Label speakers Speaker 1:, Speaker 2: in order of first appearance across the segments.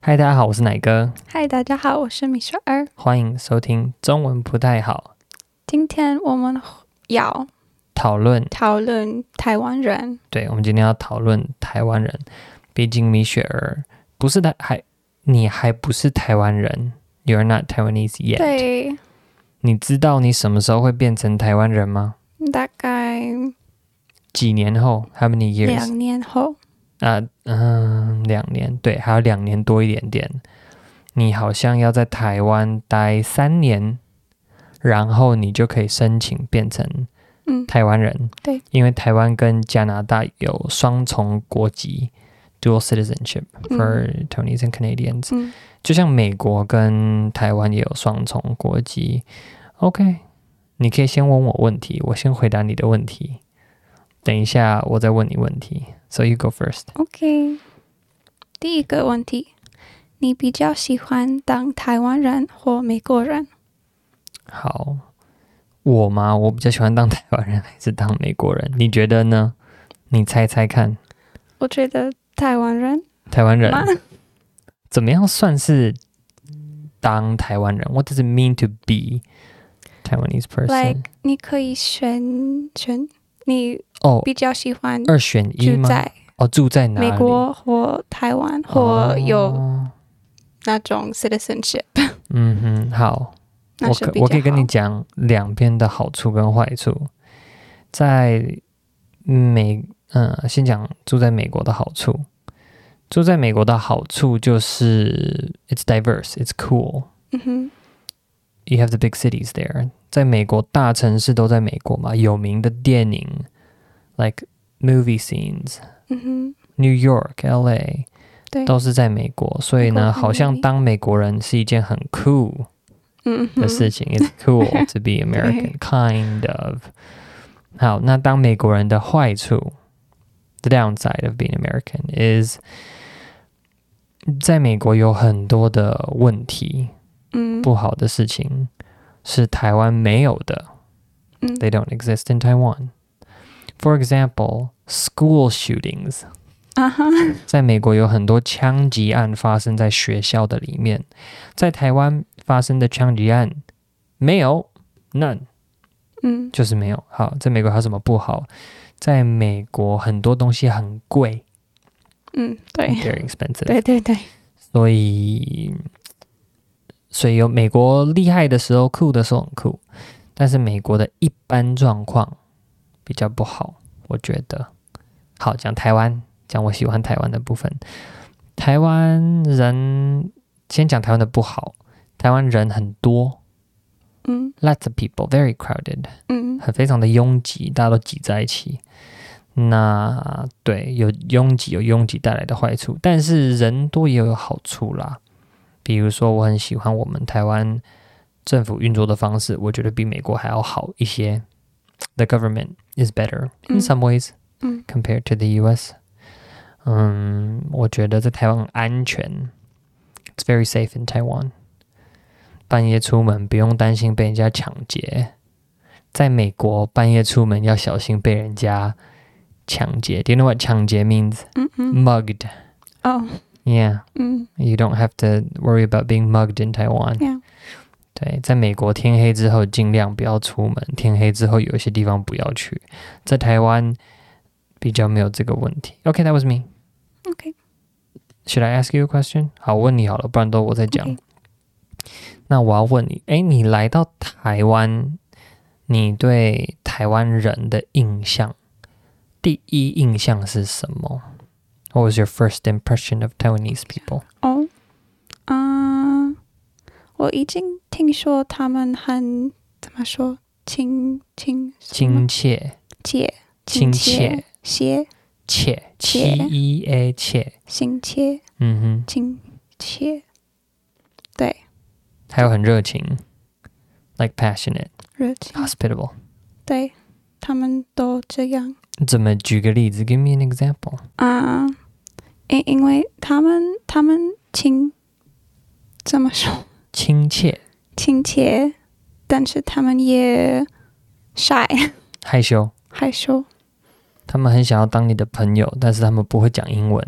Speaker 1: 嗨，大家好，我是奶哥，
Speaker 2: 嗨，大家好，我是米雪儿。
Speaker 1: 欢迎收听中文不太好
Speaker 2: 今天我们要
Speaker 1: 讨论。
Speaker 2: 讨论台湾人，
Speaker 1: 对，我们今天要讨论台湾人，毕竟米雪儿不是台，还你还不是台湾人，You're not Taiwanese yet。
Speaker 2: 对，
Speaker 1: 你知道你什么时候会变成台湾人吗？
Speaker 2: 大概
Speaker 1: 几年后？How many years？
Speaker 2: 两年后，
Speaker 1: 啊，嗯，两年，对，还有两年多一点点。你好像要在台湾待三年，然后你就可以申请变成
Speaker 2: 嗯，
Speaker 1: 台湾人，
Speaker 2: 对，
Speaker 1: 因为台湾跟加拿大有双重国籍 （dual citizenship
Speaker 2: 嗯
Speaker 1: for Taiwanese and Canadians），、
Speaker 2: 嗯，
Speaker 1: 就像美国跟台湾也有双重国籍。OK，你可以先问我问题，我先回答你的问题，等一下我再问你问题。So you go first。
Speaker 2: 哦 OK，第一个问题，你比较喜欢当台湾人或美国人？
Speaker 1: 好，我吗？我比较喜欢当台湾人还是当美国人？你觉得呢？你猜猜看，
Speaker 2: 我觉得台湾人
Speaker 1: 台湾人
Speaker 2: 吗？
Speaker 1: 怎么样算是当台湾人？What does it mean to be Taiwanese person？
Speaker 2: Like- 你可以选选你
Speaker 1: 哦，
Speaker 2: 比较喜欢
Speaker 1: 二选一
Speaker 2: 住
Speaker 1: 吗？
Speaker 2: 在
Speaker 1: 哦，住在哪里？
Speaker 2: 美国或台湾，
Speaker 1: 哦
Speaker 2: 或有那种 citizenship，
Speaker 1: 嗯哼，好，
Speaker 2: 那
Speaker 1: 我
Speaker 2: 是
Speaker 1: 可
Speaker 2: 比较
Speaker 1: 我可以跟
Speaker 2: 好
Speaker 1: 你讲两边的好处跟坏处，在美呃，先讲住在美国的好处。住在美国的好处就是 it's diverse, it's cool,
Speaker 2: 嗯哼，
Speaker 1: you have the big cities there. 在美国大城市都在美国嘛，有名的电影，like movie scenes,
Speaker 2: 嗯哼，
Speaker 1: New York, L.A.
Speaker 2: 对，
Speaker 1: 都是在美国，所以呢，
Speaker 2: 美国很
Speaker 1: 好像
Speaker 2: 美
Speaker 1: 当美国人是一件很 cool
Speaker 2: 嗯
Speaker 1: 的
Speaker 2: 哼，
Speaker 1: 事情。It's cool to be American, kind of. 好，那当美国人的坏处，the downside of being American is，在美国有很多的问题，
Speaker 2: 嗯，
Speaker 1: 不好的事情是台湾没有的。
Speaker 2: 嗯
Speaker 1: They don't exist in Taiwan. For example, school shootings.
Speaker 2: 啊哈，
Speaker 1: 在美国有很多枪击案发生在学校的里面，在台湾发生的枪击案没有，none
Speaker 2: 嗯
Speaker 1: 就是没有。好，在美国还有什么不好？在美国很多东西很贵
Speaker 2: 嗯，对，
Speaker 1: ，very expensive。
Speaker 2: 对对对，
Speaker 1: 所以，所以有美国厉害的时候，酷的时候很酷，但是美国的一般状况比较不好，我觉得。好，讲台湾，讲我喜欢台湾的部分。台湾人先讲台湾的不好，台湾人很多
Speaker 2: 嗯
Speaker 1: ，lots of people, very crowded。
Speaker 2: 嗯
Speaker 1: 很非常的拥挤，大家都挤在一起。那对有拥挤有拥挤带来的坏处，但是人多也有好处啦。比如说，我很喜欢我们台湾政府运作的方式，我觉得比美国还要好一些。The government is better in
Speaker 2: 嗯
Speaker 1: some ways
Speaker 2: 嗯
Speaker 1: compared to the U.S. 嗯，我觉得在台湾很安全，It's very safe in Taiwan。半夜出门不用担心被人家抢劫，在美国半夜出门要小心被人家抢劫。Do you know what 抢劫 means?
Speaker 2: 嗯嗯，
Speaker 1: Mugged.
Speaker 2: 哦，
Speaker 1: Yeah,
Speaker 2: 嗯
Speaker 1: you don't have to worry about being mugged in Taiwan.
Speaker 2: ，Yeah，
Speaker 1: 对，在美国天黑之后尽量不要出门，天黑之后有一些地方不要去。在台湾比较没有这个问题。OK, that was me.
Speaker 2: OK
Speaker 1: Should I ask you a question? 好，我问你好了，不然都我在讲。
Speaker 2: OK
Speaker 1: 那我要问你，哎，你来到台湾，你对台湾人的印象，第一印象是什么？What was your first impression of Taiwanese people？
Speaker 2: 哦，啊，我已经听说他们很怎么说亲亲什么
Speaker 1: 亲切，
Speaker 2: 切
Speaker 1: 亲切
Speaker 2: 切，切
Speaker 1: 切，
Speaker 2: 切
Speaker 1: e a 切，
Speaker 2: 亲切
Speaker 1: 嗯哼，
Speaker 2: 亲切
Speaker 1: 还有很热情，like passionate,
Speaker 2: 热情，
Speaker 1: hospitable。
Speaker 2: 对他们都这样。
Speaker 1: 怎么举个例子？Give me an example。
Speaker 2: 啊，因因为他们他们亲怎么说
Speaker 1: 亲切，
Speaker 2: 亲切，但是他们也 晒
Speaker 1: 害羞。
Speaker 2: 害羞，
Speaker 1: 他们很想要当你的朋友，但是他们不会讲英文。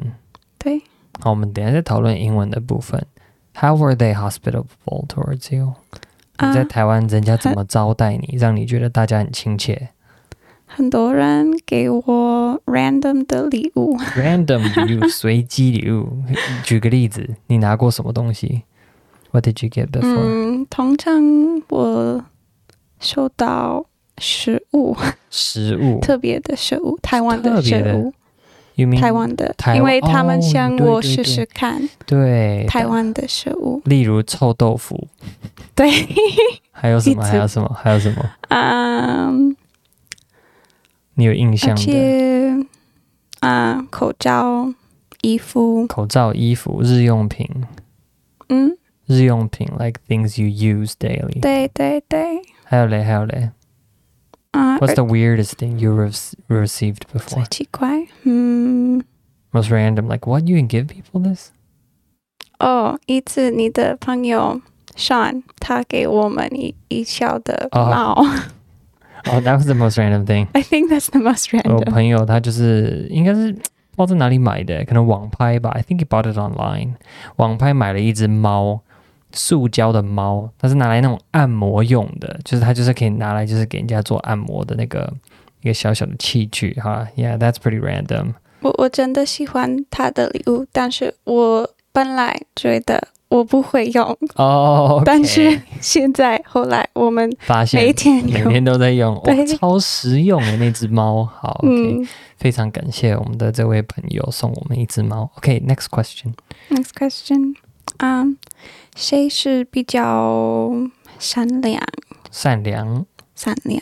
Speaker 2: 对，
Speaker 1: 好，我们等一下再讨论英文的部分。How were they hospitable towards you？、你在
Speaker 2: 啊，
Speaker 1: 台湾，人家怎
Speaker 2: 很
Speaker 1: 么招待 你，让你觉得大家很亲切
Speaker 2: 很多人给我 random 的礼物，
Speaker 1: ？Random 礼物， 随机礼物。举个例子，你拿过什么东西？What did you get before？、
Speaker 2: 嗯，通常我收到食物，
Speaker 1: 食物。
Speaker 2: 特别的食物，台湾
Speaker 1: 特
Speaker 2: 的
Speaker 1: 别的
Speaker 2: 食物，
Speaker 1: You mean
Speaker 2: 台湾的
Speaker 1: 台，湾
Speaker 2: 因为他
Speaker 1: 哦
Speaker 2: 们想
Speaker 1: 对
Speaker 2: 我
Speaker 1: 对
Speaker 2: 试
Speaker 1: 对
Speaker 2: 试看
Speaker 1: 对
Speaker 2: 台。湾的食物，
Speaker 1: 例如臭豆腐，
Speaker 2: 对，
Speaker 1: 还有什么？
Speaker 2: 一直
Speaker 1: 还有什么？还有什么？
Speaker 2: 嗯，
Speaker 1: 你有印
Speaker 2: 而
Speaker 1: 象的？
Speaker 2: 且啊，口罩、衣服，
Speaker 1: 口罩、衣服、日用品、
Speaker 2: 嗯，
Speaker 1: 日用品，like things you use daily。
Speaker 2: 对对对，
Speaker 1: 还有嘞，还有嘞。
Speaker 2: 啊，
Speaker 1: What's
Speaker 2: 而
Speaker 1: the weirdest thing you rec- received
Speaker 2: 最
Speaker 1: before?
Speaker 2: 奇怪，嗯，
Speaker 1: Most random, like what you can give people this?
Speaker 2: 哦，一次你的朋友 Sean 他给我们一一小的
Speaker 1: 哦
Speaker 2: 帽、
Speaker 1: Oh, that was the most random thing.
Speaker 2: i think that's the most
Speaker 1: 我
Speaker 2: random。
Speaker 1: 朋友他就是应该是不知道在哪里买的，可能网拍吧。I think he bought it online. 网拍买了一只猫，塑胶的猫，它是拿来那种按摩用的，就是它就是可以拿来就是给人家做按摩的那个一个小小的器具哈。Yeah, that's pretty random.
Speaker 2: 我我真的喜欢他的礼物，但是我本来觉得我不会用
Speaker 1: 哦、
Speaker 2: 但是现在后来我们
Speaker 1: 发
Speaker 2: 每
Speaker 1: 现
Speaker 2: 天
Speaker 1: 每
Speaker 2: 用，
Speaker 1: 天都在用，哇，
Speaker 2: 对
Speaker 1: 超实用的那只猫。好，OK，、
Speaker 2: 嗯
Speaker 1: 非常感谢我们的这位朋友送我们一只猫。OK，next、question，
Speaker 2: Next question，啊、Um, 谁是比较善良？
Speaker 1: 善良
Speaker 2: 善良，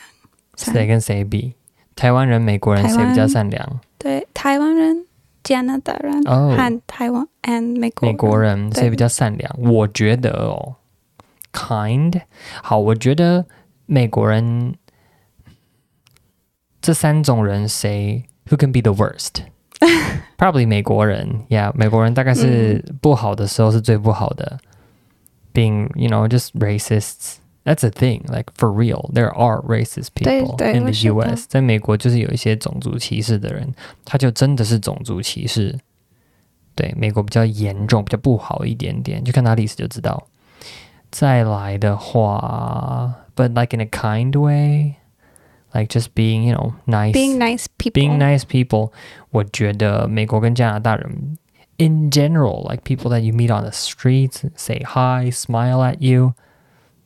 Speaker 2: 善
Speaker 1: 谁跟谁比？台湾人、美国人
Speaker 2: 台
Speaker 1: 谁
Speaker 2: 湾
Speaker 1: 比较善良？
Speaker 2: 对台湾人、加拿大人、
Speaker 1: 哦
Speaker 2: 和台湾 and 美国
Speaker 1: 美国人
Speaker 2: 对
Speaker 1: 谁比较善良？我觉得哦，kind，好，我觉得美国人这三种人谁 who can be the worst？Probably 美国人，Yeah，美国人大概是
Speaker 2: 嗯
Speaker 1: 不好的时候是最不好的、b e i n g you know just racists。That's a thing, like for real. There are racist
Speaker 2: 对
Speaker 1: people
Speaker 2: 对
Speaker 1: in
Speaker 2: 我
Speaker 1: the
Speaker 2: 知道
Speaker 1: U.S. 在美国就是有一些种族歧视的人，他就真的是种族歧视。对，美国比较严重，比较不好一点点，就看他历史就知道。再来的话，but like in a kind way, like just being, you know, nice.
Speaker 2: being nice people。
Speaker 1: being nice people, 我觉得美国跟加拿大人 in general, like people that you meet on the streets, say hi, smile at you.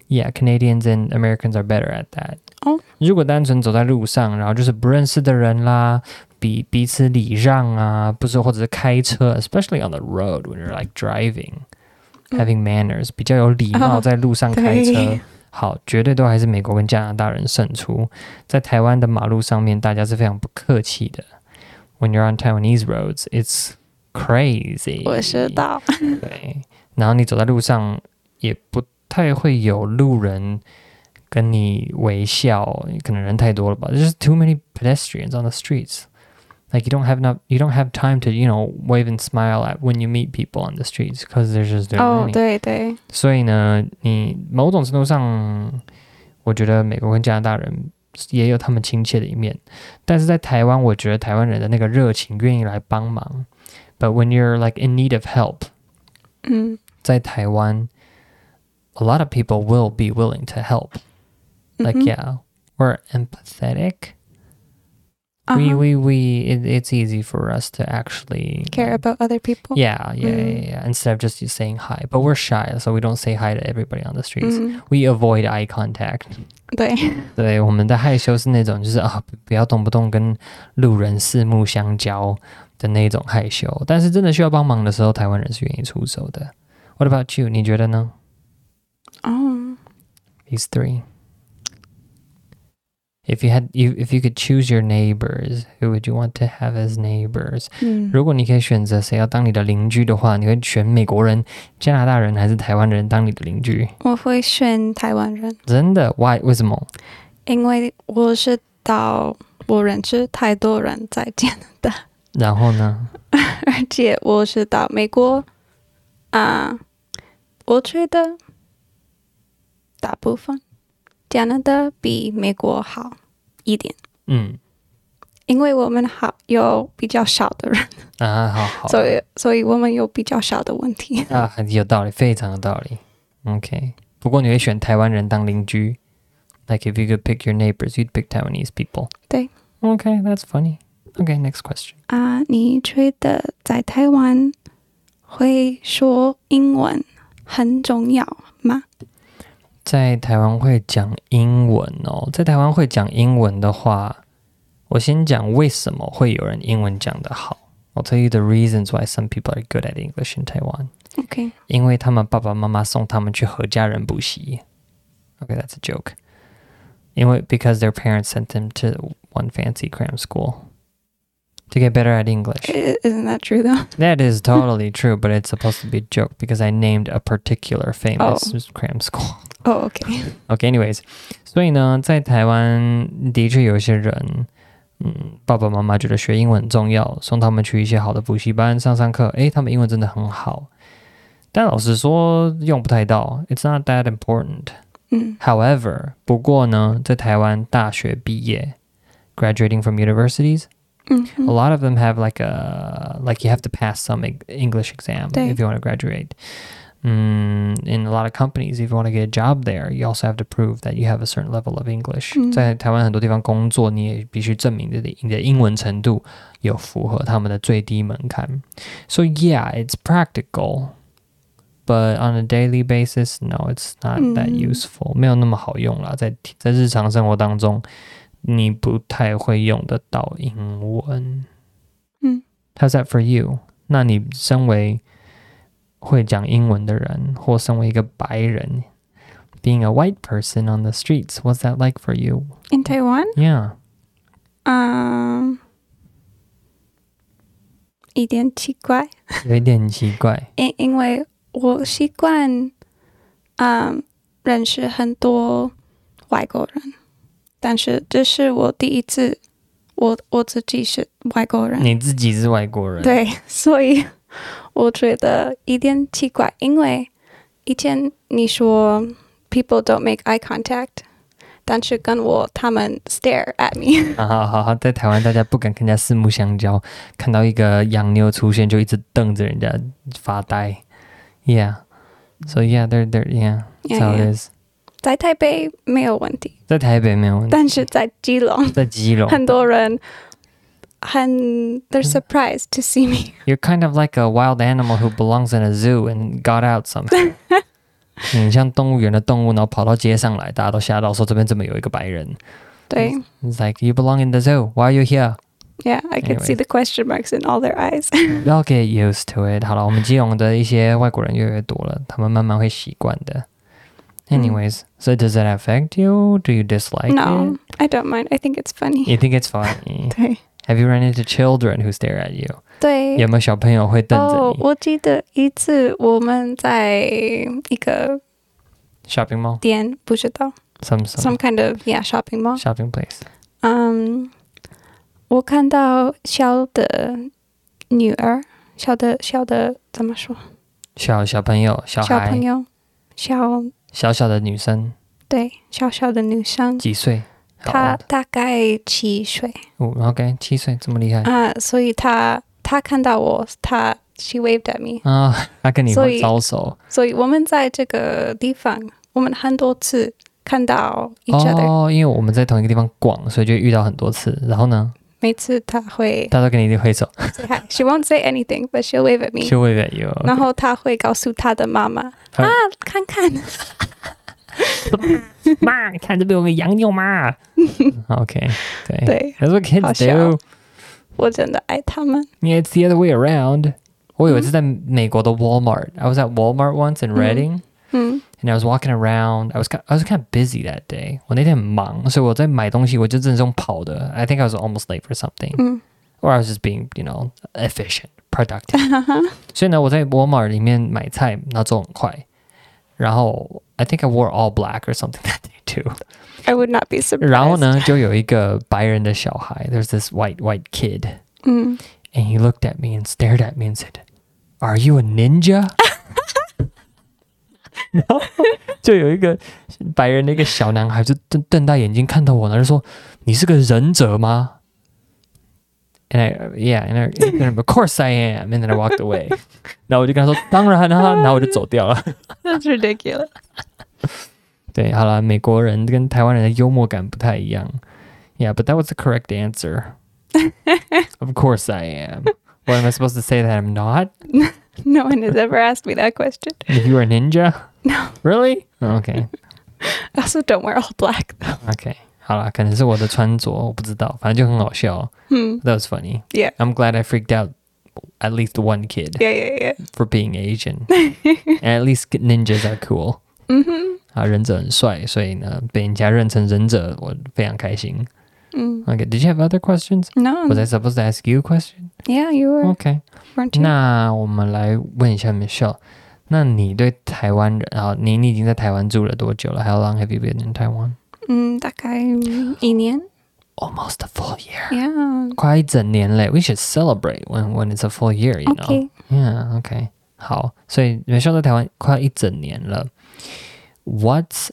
Speaker 1: Yeah, Canadians and Americans are better at that.
Speaker 2: 哦。
Speaker 1: 如果单纯走在路上，然后就是不认识的人啦，比彼此礼让啊，不是或者是开车，especially on the road when you're like driving, having manners, 比较有礼貌，
Speaker 2: 哦，
Speaker 1: 在路上开车。
Speaker 2: 对。
Speaker 1: 好，绝对都还是美国跟加拿大人胜出。在台湾的马路上面，大家是非常不客气的。When you're on Taiwanese roads, it's crazy。
Speaker 2: 我知。道，
Speaker 1: 对，然后你走在路上，也不太会有路人跟你微笑，可能人太多了吧。There's just too many pedestrians on the streets. Like you don't have enough, you don't have time to, you know, wave and smile at when you meet people on the streets because there's just many.，
Speaker 2: 哦 Oh, 对对，
Speaker 1: 所以呢，你某种程度上，我觉得美国跟加拿大人也有他们亲切的一面，但是在台湾，我觉得台湾人的那个热情，愿意来帮忙。But when you're like in need of help，
Speaker 2: 嗯
Speaker 1: 在台湾，a lot of people will be willing to help.
Speaker 2: Mm-hmm. 嗯
Speaker 1: Like
Speaker 2: 哼
Speaker 1: yeah, we're empathetic.
Speaker 2: 啊哈
Speaker 1: We we we. It, it's easy for us to actually
Speaker 2: care about other people，
Speaker 1: Yeah, yeah, yeah,
Speaker 2: Mm.
Speaker 1: yeah. Instead of just you saying hi, but we're shy, so we don't say hi to everybody on the streets.
Speaker 2: 嗯，
Speaker 1: We avoid eye contact.
Speaker 2: 对，
Speaker 1: 对，我们的害羞是那种就是啊，不不要动不动跟路人四目相交的那种害羞。但是真的需要帮忙的时候，台湾人是愿意出手的。What about you？你觉得呢
Speaker 2: 哦，
Speaker 1: ？These three. If you had, you if you could choose your neighbors, who would you want to have as neighbors？
Speaker 2: 嗯，
Speaker 1: 如果你可以选择谁要当你的邻居的话，你会选美国人、加拿大人还是台湾人当你的邻居？
Speaker 2: 我会选台湾人，
Speaker 1: 真的？Why？为什么？
Speaker 2: 因为我知道我认识太多人在加拿大，
Speaker 1: 然后呢？
Speaker 2: 而且我知道美国，啊，我觉得大部分加拿大比美国好一点，
Speaker 1: 嗯，
Speaker 2: 因为我们好有比较少的人，
Speaker 1: 啊，好好，
Speaker 2: 所以所以我们有比较少的问题。
Speaker 1: 啊，很有道理，非常有道理。OK，不过你会选台湾人当邻居，like if you could pick your neighbors, you'd pick Taiwanese people。
Speaker 2: 对。
Speaker 1: Okay, that's funny. Okay, next question.
Speaker 2: 啊、你觉得在台湾会说英文很重要吗？
Speaker 1: 在台湾会讲英文哦，在台湾会讲英文的话，我先讲为什么会有人英文讲得好。I'll tell you the reasons why some people are good at English in Taiwan.
Speaker 2: OK
Speaker 1: 因为他们爸爸妈妈送他们去和家人补习。Okay, that's a joke. 因为 because their parents sent them to one fancy cram school to get better at English.
Speaker 2: I- Isn't that true though?
Speaker 1: That is totally true, but it's supposed to be a joke because I named a particular famous cram school.
Speaker 2: 哦、o k
Speaker 1: Okay, anyways，所以呢，在台湾的确有一些人，嗯，爸爸妈妈觉得学英文很重要，送他们去一些好的补习班上上课，诶，他们英文真的很好。但老实说，用不太到，It's not that important。
Speaker 2: 嗯
Speaker 1: However，不过呢，在台湾大学毕业，graduating from universities，
Speaker 2: 嗯哼
Speaker 1: a lot of them have like a like you have to pass some e- English exam
Speaker 2: 对。
Speaker 1: if you want to graduate. Mm, in a lot of companies, if you want to get a job there, you also have to prove that you have a certain level of English.
Speaker 2: 嗯。
Speaker 1: 在台湾很多地方工作，你也必须证明你的你的英文程度有符合他们的最低门槛。So yeah, it's practical, but on a daily basis, no, it's not that
Speaker 2: 嗯
Speaker 1: useful. 没有那么好用啦，在在日常生活当中，你不太会用得到英文。
Speaker 2: 嗯
Speaker 1: How's that for you？那你身为会讲英文的人，或身为一个白人，being a white person on the streets, what's that like for you?
Speaker 2: ，In Taiwan，
Speaker 1: Yeah，
Speaker 2: 嗯、一点奇怪，
Speaker 1: 有一点奇怪。
Speaker 2: 因因为我习惯，嗯、认识很多外国人，但是这是我第一次，我我自己是外国人，
Speaker 1: 你自己是外国人，，
Speaker 2: 对，所以我觉得一点奇怪，因为以前你说 people don't make eye contact，但是跟我他们 stare at me，
Speaker 1: 好好好好，在台湾大家不敢跟人家四目相交，看到一个洋妞出现就一直瞪着人家发呆。Yeah，so yeah, they're they're yeah, that's how it is.
Speaker 2: 在台北没有问题，
Speaker 1: 在台北没有问题，
Speaker 2: 但是在基隆
Speaker 1: 在基隆。
Speaker 2: 很多人很 they're surprised to see me，
Speaker 1: You're kind of like a wild animal who belongs in a zoo and got out somehow. 你像动物园的动物，然后跑到街上来，大家都吓到，说这边怎么有一个白人
Speaker 2: 对
Speaker 1: ？It's like you belong in the zoo. Why are you here?
Speaker 2: ，yeah，I can see the question marks in all their eyes，
Speaker 1: You'll get used to it. 好了，我们基隆的一些外国人越来越多了，他们慢慢会习惯的。Anyways, so does it affect you? Do you dislike
Speaker 2: No,
Speaker 1: it?
Speaker 2: I don't mind. I think it's funny.
Speaker 1: You think it's funny?
Speaker 2: 对
Speaker 1: Have you run into children who stare at you?
Speaker 2: 对，
Speaker 1: 有没有小朋友会瞪着
Speaker 2: 哦，
Speaker 1: 你
Speaker 2: 我记得一次我们在一个
Speaker 1: ？Shopping mall,
Speaker 2: 店，不知道
Speaker 1: some some
Speaker 2: some kind of yeah shopping mall，
Speaker 1: shopping place.
Speaker 2: 嗯、我看到小的女儿，小的小的怎么说？
Speaker 1: 小小朋友、小
Speaker 2: 小
Speaker 1: 孩、
Speaker 2: 朋友，小
Speaker 1: 小小的女生，
Speaker 2: 对小小的女生，
Speaker 1: 几岁？
Speaker 2: 她大概七岁
Speaker 1: 哦，OK，七岁这么厉害
Speaker 2: 啊、所以她她看到我，她 she waved at me，
Speaker 1: 啊！他跟你
Speaker 2: 嗯所
Speaker 1: 会
Speaker 2: 以
Speaker 1: 招手
Speaker 2: 所以我们在这个地方，我们很多次看到 each other，、
Speaker 1: 哦，因为我们在同一个地方逛，所以就遇到很多次。然后呢，
Speaker 2: 每次她会
Speaker 1: 他都跟你一定挥手，
Speaker 2: say hi. She won't say anything, but she'll wave at me.
Speaker 1: 就会远游。
Speaker 2: 然后她会告诉她的妈妈
Speaker 1: 她
Speaker 2: 啊，看看，
Speaker 1: 妈，你看这边有个洋妞嘛？OK，对
Speaker 2: 对
Speaker 1: ，That's what
Speaker 2: 好
Speaker 1: kids
Speaker 2: 笑
Speaker 1: do.
Speaker 2: 我真的爱他们。
Speaker 1: Yeah, it's the other way around. 我有一次在美国的 Walmart. I was at Walmart once in
Speaker 2: 嗯
Speaker 1: Reading.
Speaker 2: 嗯
Speaker 1: and I was walking around. I was kind, I was kind of busy that day. 我那天很忙，所以我在买东西，我就真的是用跑的。I think I was almost late for something,
Speaker 2: 嗯
Speaker 1: or I was just being, you know, efficient, productive. 所以呢，我在沃尔玛里面买菜，然后走很快。然后 I think I wore all black or something that day too.
Speaker 2: ，I would not be surprised。
Speaker 1: 然后呢，就有一个白人的小孩，there's this white white kid,
Speaker 2: 嗯
Speaker 1: and he looked at me and stared at me and said, "Are you a ninja?" 然后就有一个白人的一个小男孩就瞪瞪大眼睛看到我，然后就说：“你是个忍者吗？” And I, yeah, and I, and then, of course I am. And then I walked away. 然后我就跟他说，当然啦、然后我就走掉了。
Speaker 2: That's ridiculous.
Speaker 1: 对，好了，美国人跟台湾人的幽默感不太一样。Yeah, but that was the correct answer. of course I am. What am I supposed to say that I'm not?
Speaker 2: No one has ever asked me that question.
Speaker 1: If you were a ninja? No. Really? Okay.
Speaker 2: I also don't wear all black. though.
Speaker 1: Okay. 好啦，可能是我的穿着，我不知道，反正就很好笑。
Speaker 2: Hmm.
Speaker 1: That was funny.
Speaker 2: Yeah.
Speaker 1: I'm glad I freaked out at least one kid
Speaker 2: Yeah, yeah, yeah.
Speaker 1: for being Asian. and at least ninjas are cool.
Speaker 2: 嗯哼，
Speaker 1: 啊，忍者很帅，所以呢，被人家认成忍者，我非常开心。
Speaker 2: 嗯
Speaker 1: Okay, did you have other questions?
Speaker 2: Mm. ，No.
Speaker 1: Was I supposed to ask you a question?
Speaker 2: Yeah, you were.
Speaker 1: Okay.
Speaker 2: Weren't you?
Speaker 1: 那我们来问一下 Michelle，那你对台湾人啊，你你已经在台湾住了多久了？How long have you been in Taiwan?
Speaker 2: 嗯，大概一年。
Speaker 1: Almost a full year.
Speaker 2: Yeah.
Speaker 1: 快一整年嘞。We should celebrate when when it's a full year, you know.
Speaker 2: Okay.
Speaker 1: Yeah, okay. 好，所以 Michelle 在台湾快一整年了。What's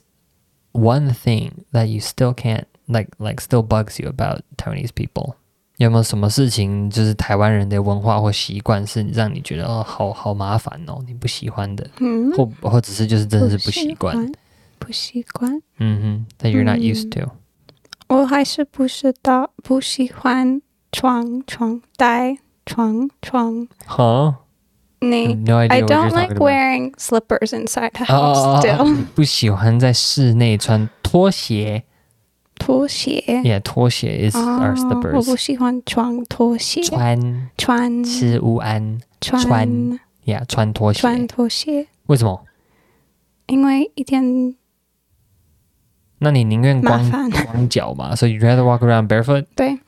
Speaker 1: one thing that you still can't like like still bugs you about Taiwanese people？有没有什么事情就是台湾人的文化或习惯是让你觉得哦好好麻烦哦，你不喜欢的，
Speaker 2: 嗯，
Speaker 1: 或或只是就是真的是不习惯，。
Speaker 2: 不习惯，
Speaker 1: 嗯哼，that you're not used to。
Speaker 2: 我还是不知道，不喜欢床床带床床。
Speaker 1: Huh?
Speaker 2: 你
Speaker 1: No idea. what
Speaker 2: I
Speaker 1: you're
Speaker 2: don't
Speaker 1: talking
Speaker 2: like
Speaker 1: about. Oh.
Speaker 2: wearing slippers inside
Speaker 1: 哦
Speaker 2: the
Speaker 1: 哦
Speaker 2: house
Speaker 1: 哦哦
Speaker 2: still.
Speaker 1: 你不喜欢在室内穿拖鞋。
Speaker 2: 拖鞋
Speaker 1: Yeah，拖鞋 is our
Speaker 2: 哦我不
Speaker 1: slippers。
Speaker 2: 喜欢穿拖鞋，
Speaker 1: 穿
Speaker 2: 穿
Speaker 1: 吃午安
Speaker 2: 穿
Speaker 1: 穿，Yeah，穿拖鞋。
Speaker 2: 穿拖鞋，
Speaker 1: 为什么？
Speaker 2: 因为一天
Speaker 1: 那你宁愿
Speaker 2: 麻
Speaker 1: 光
Speaker 2: 烦。
Speaker 1: 光脚嘛？So you'd rather walk around barefoot?
Speaker 2: 对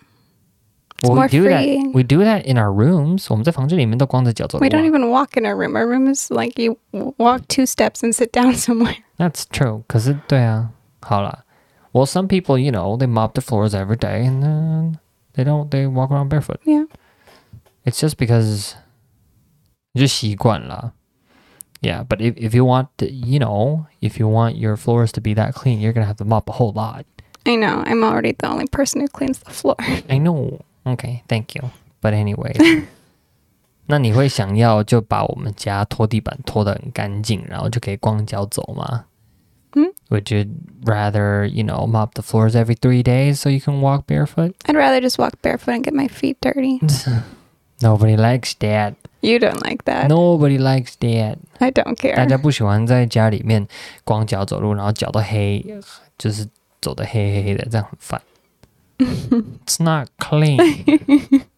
Speaker 1: Well, we
Speaker 2: more
Speaker 1: do that.
Speaker 2: freeing.
Speaker 1: We do that in our rooms. 我们在房间里面都光着脚走路啊。
Speaker 2: We don't even walk in our room. Our room is like you walk two steps and sit down somewhere.
Speaker 1: That's true. 可是对啊，好啦。Well, some people, you know, they mop the floors every day and then they don't. They walk around barefoot.
Speaker 2: Yeah.
Speaker 1: It's just because 你就习惯了。Yeah, but if, if you want to, you know, if you want your floors to be that clean, you're going to have to mop a whole lot.
Speaker 2: I know. I'm already the only person who cleans the floor.
Speaker 1: I know. Okay, thank you. But anyway, 那你会想要就把我们家拖地板拖得很干净，然后就可以光脚走吗？
Speaker 2: 嗯
Speaker 1: Would you rather, you know, mop the floors every three days so you can walk barefoot?
Speaker 2: I'd rather just walk barefoot and get my feet dirty.
Speaker 1: Nobody likes that.
Speaker 2: You don't like that.
Speaker 1: Nobody likes that.
Speaker 2: I don't
Speaker 1: 大
Speaker 2: care.
Speaker 1: 家不喜欢在家里面光脚走路，然后脚都黑，就是走的黑黑黑的，这样很烦。It's not clean and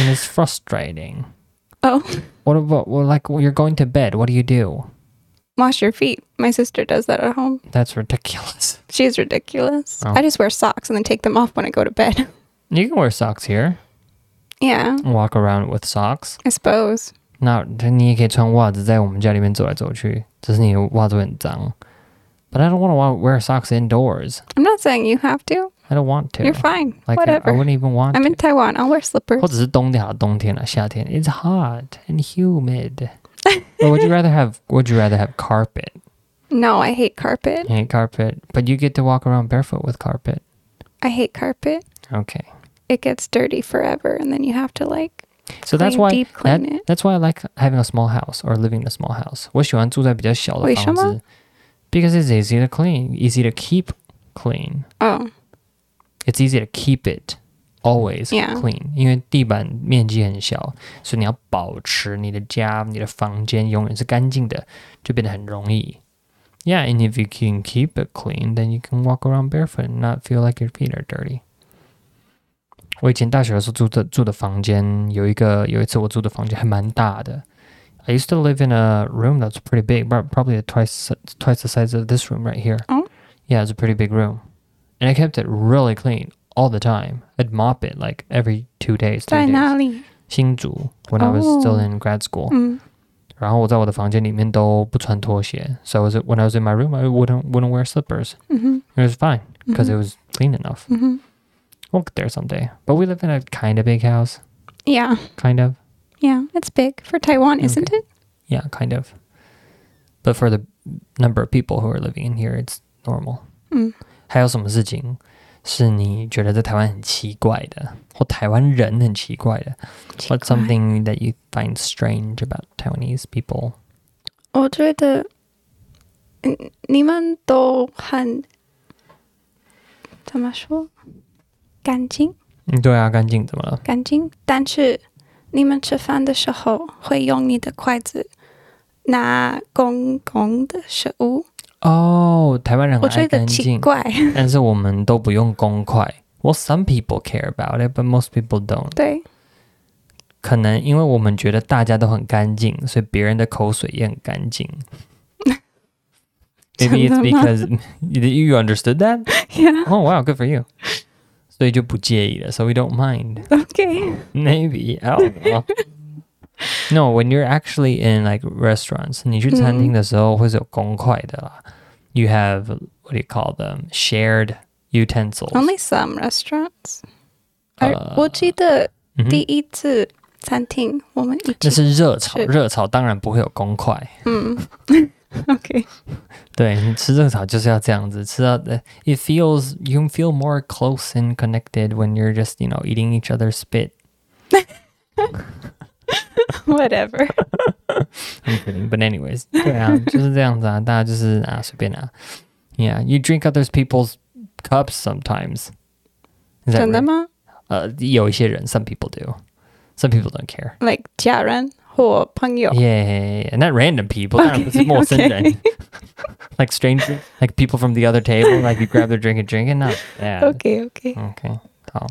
Speaker 1: it's frustrating.
Speaker 2: Oh.
Speaker 1: What about well, like when you're going to bed? What do you do?
Speaker 2: Wash your feet. My sister does that at home.
Speaker 1: That's ridiculous.
Speaker 2: She's ridiculous.
Speaker 1: Oh.
Speaker 2: I just wear socks and then take them off when I go to bed.
Speaker 1: You can wear socks here.
Speaker 2: yeah,
Speaker 1: and Walk around with socks.
Speaker 2: I suppose.
Speaker 1: 那你也可以穿袜子在我们家里面走来走去，只是你的袜子会很脏。But I don't want to wear socks indoors.
Speaker 2: I'm not saying you have to.
Speaker 1: I don't want to.
Speaker 2: You're fine.
Speaker 1: Like I, I
Speaker 2: Whatever.
Speaker 1: wouldn't even want.
Speaker 2: I'm
Speaker 1: to.
Speaker 2: in Taiwan. I'll wear slippers.
Speaker 1: 或者是冬天好，冬天了，夏天 It's hot and humid. Or would you rather have Would you rather have carpet?
Speaker 2: No, I hate carpet.
Speaker 1: You hate carpet, but you get to walk around barefoot with carpet.
Speaker 2: I hate carpet.
Speaker 1: Okay,
Speaker 2: It gets dirty forever, and then you have to like
Speaker 1: so that's
Speaker 2: clean-
Speaker 1: why
Speaker 2: deep
Speaker 1: that,
Speaker 2: clean it.
Speaker 1: that's why I like having a small house or living in a small house. 我喜欢住在比较小的
Speaker 2: 为
Speaker 1: 房
Speaker 2: 什么
Speaker 1: 子，because it's easy to clean, easy to keep clean.
Speaker 2: Oh,
Speaker 1: It's easy to keep it always
Speaker 2: Yeah.
Speaker 1: clean，因为地板面积很小，所以你要保持你的家、你的房间永远是干净的，就变得很容易。Yeah, and if you can keep it clean, then you can walk around barefoot and not feel like your feet are dirty. 我以前大学的时候住的住的房间有一个，有一次我住的房间还蛮大的。I used to live in a room that's pretty big, but probably twice twice the size of this room right here.
Speaker 2: Oh.
Speaker 1: Yeah, it's a pretty big room, and I kept it really clean all the time. I'd mop it like every two days, three
Speaker 2: 在
Speaker 1: days.
Speaker 2: 哪里？
Speaker 1: 新竹 when I was still
Speaker 2: Oh.
Speaker 1: in grad school.
Speaker 2: 嗯
Speaker 1: 然后我在我的房间里面都不穿拖鞋，so I was when I was in my room I wouldn't wouldn't wear slippers.
Speaker 2: 嗯哼
Speaker 1: It was fine because it
Speaker 2: 嗯
Speaker 1: was clean enough.
Speaker 2: 哼嗯哼
Speaker 1: We'll get there someday. But we live in a kind of big house,
Speaker 2: ，Yeah,
Speaker 1: kind of.
Speaker 2: yeah. It's big for Taiwan, isn't
Speaker 1: Okay.
Speaker 2: it?
Speaker 1: Yeah, kind of. But
Speaker 2: Mm.
Speaker 1: for the number of people who are living in here, it's normal.
Speaker 2: 嗯
Speaker 1: 还有什么事情是你觉得在台湾很奇怪的，或台湾人很奇怪的？What's something that you find strange about Taiwanese people？
Speaker 2: 我觉得，嗯，你们都很怎么说？干净，
Speaker 1: 嗯，对啊，干净怎么了？
Speaker 2: 干净。但是你们吃饭的时候会用你的筷子拿公共的食物，
Speaker 1: 哦、台湾人
Speaker 2: 我
Speaker 1: 很
Speaker 2: 觉
Speaker 1: 爱
Speaker 2: 得
Speaker 1: 干
Speaker 2: 奇
Speaker 1: 净，
Speaker 2: 怪。
Speaker 1: 但是我们都不用公筷。Well, some people care about it, but most people don't.
Speaker 2: 对
Speaker 1: 可能因为我们觉得大家都很干净，所以别人的口水也很干净。Maybe it's
Speaker 2: 真的吗
Speaker 1: because you understood that.
Speaker 2: ，Yeah,
Speaker 1: Oh wow, good for you. 所以就不介意了，so we don't mind.
Speaker 2: OK.
Speaker 1: Maybe I don't know. no, when you're actually in like restaurants，你去餐厅的时候会是有公筷的啦。You have what do you call them? Shared utensils.
Speaker 2: Only some restaurants. 而
Speaker 1: 呃
Speaker 2: 我记得
Speaker 1: 嗯哼
Speaker 2: 第一次餐厅我们一
Speaker 1: 那
Speaker 2: 起，
Speaker 1: 是热炒，
Speaker 2: 是
Speaker 1: 热炒当然不会有公筷。
Speaker 2: 嗯，OK，
Speaker 1: 对你吃热炒就是要这样子，吃到的。It feels you feel more close and connected when you're just you know eating each other's spit.
Speaker 2: whatever.
Speaker 1: I'm kidding, but anyways，对啊，就是这样子啊，大家就是啊随便啊。Yeah, you drink other people's cups sometimes. Is that
Speaker 2: 真的
Speaker 1: right?
Speaker 2: 吗
Speaker 1: 呃，有一些人，some people do, some people don't care.
Speaker 2: ？Like 家人或朋友
Speaker 1: Yeah, yeah, yeah, not random people. 当然不是
Speaker 2: Okay,
Speaker 1: 陌生人
Speaker 2: okay.
Speaker 1: like stranger, like people from the other table, like you grab their drink and drink it. Not bad.
Speaker 2: ？OK OK，
Speaker 1: OK，好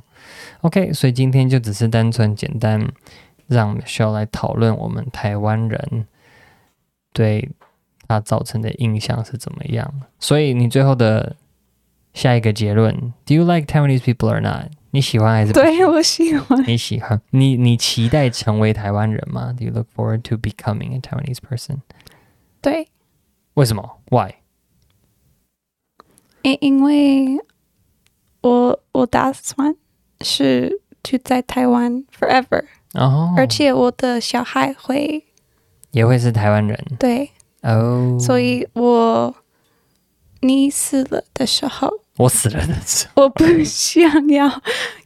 Speaker 1: ，OK，所以今天就只是单纯简单让 Michelle 来讨论我们台湾人对他造成的印象是怎么样。所以你最后的下一个结论，Do you like Taiwanese people or not？你喜欢还是不喜
Speaker 2: 对
Speaker 1: 欢？
Speaker 2: 我喜欢。
Speaker 1: 你喜欢？你你期待成为台湾人吗？Do you look forward to becoming a Taiwanese person？
Speaker 2: 对，
Speaker 1: 为什么？Why？
Speaker 2: 因因为我我打算是住在台湾 forever，、
Speaker 1: 哦，
Speaker 2: 而且我的小孩会
Speaker 1: 也会是台湾人
Speaker 2: 对，
Speaker 1: 哦。
Speaker 2: 所以我你死了的时候，
Speaker 1: 我死了 的时候。
Speaker 2: 我 不想要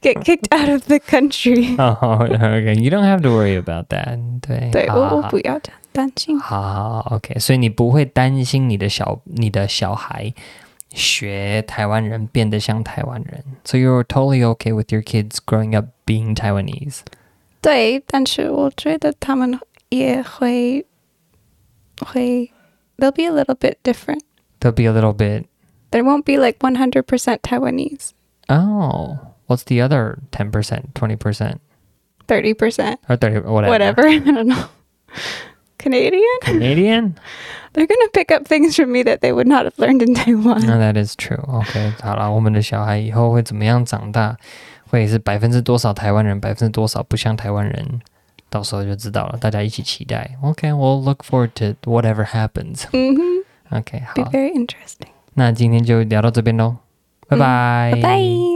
Speaker 2: get kicked out of the country。
Speaker 1: Oh, okay. You don't have to worry about that. 对，
Speaker 2: 对
Speaker 1: 好
Speaker 2: 我，我
Speaker 1: 好
Speaker 2: 不要担担心。
Speaker 1: 好好好，OK。所以你不会担心你的小你的小孩学台湾人变得像台湾人，So you're totally okay with your kids growing up being Taiwanese.
Speaker 2: 对，但是我觉得他们也会会，they'll be a little bit different.
Speaker 1: They'll be a little bit.
Speaker 2: There won't be like 100% Taiwanese,
Speaker 1: Oh, what's the other ten percent, twenty percent,
Speaker 2: 30%,
Speaker 1: or thirty, whatever?
Speaker 2: whatever. I don't know. Canadian?
Speaker 1: Canadian?
Speaker 2: They're going to pick up things from me that they would not have learned in Taiwan.
Speaker 1: No, that is true. OK，好了，我们的小孩以后会怎么样长大？会是百分之多少台湾人，百分之多少不像台湾人？到时候就知道了，大家一起期待。OK，we'll、look forward to whatever happens。
Speaker 2: hmm
Speaker 1: OK，
Speaker 2: Be
Speaker 1: 好，
Speaker 2: very interesting.
Speaker 1: 那今天就聊到这边喽，拜拜，
Speaker 2: 拜拜。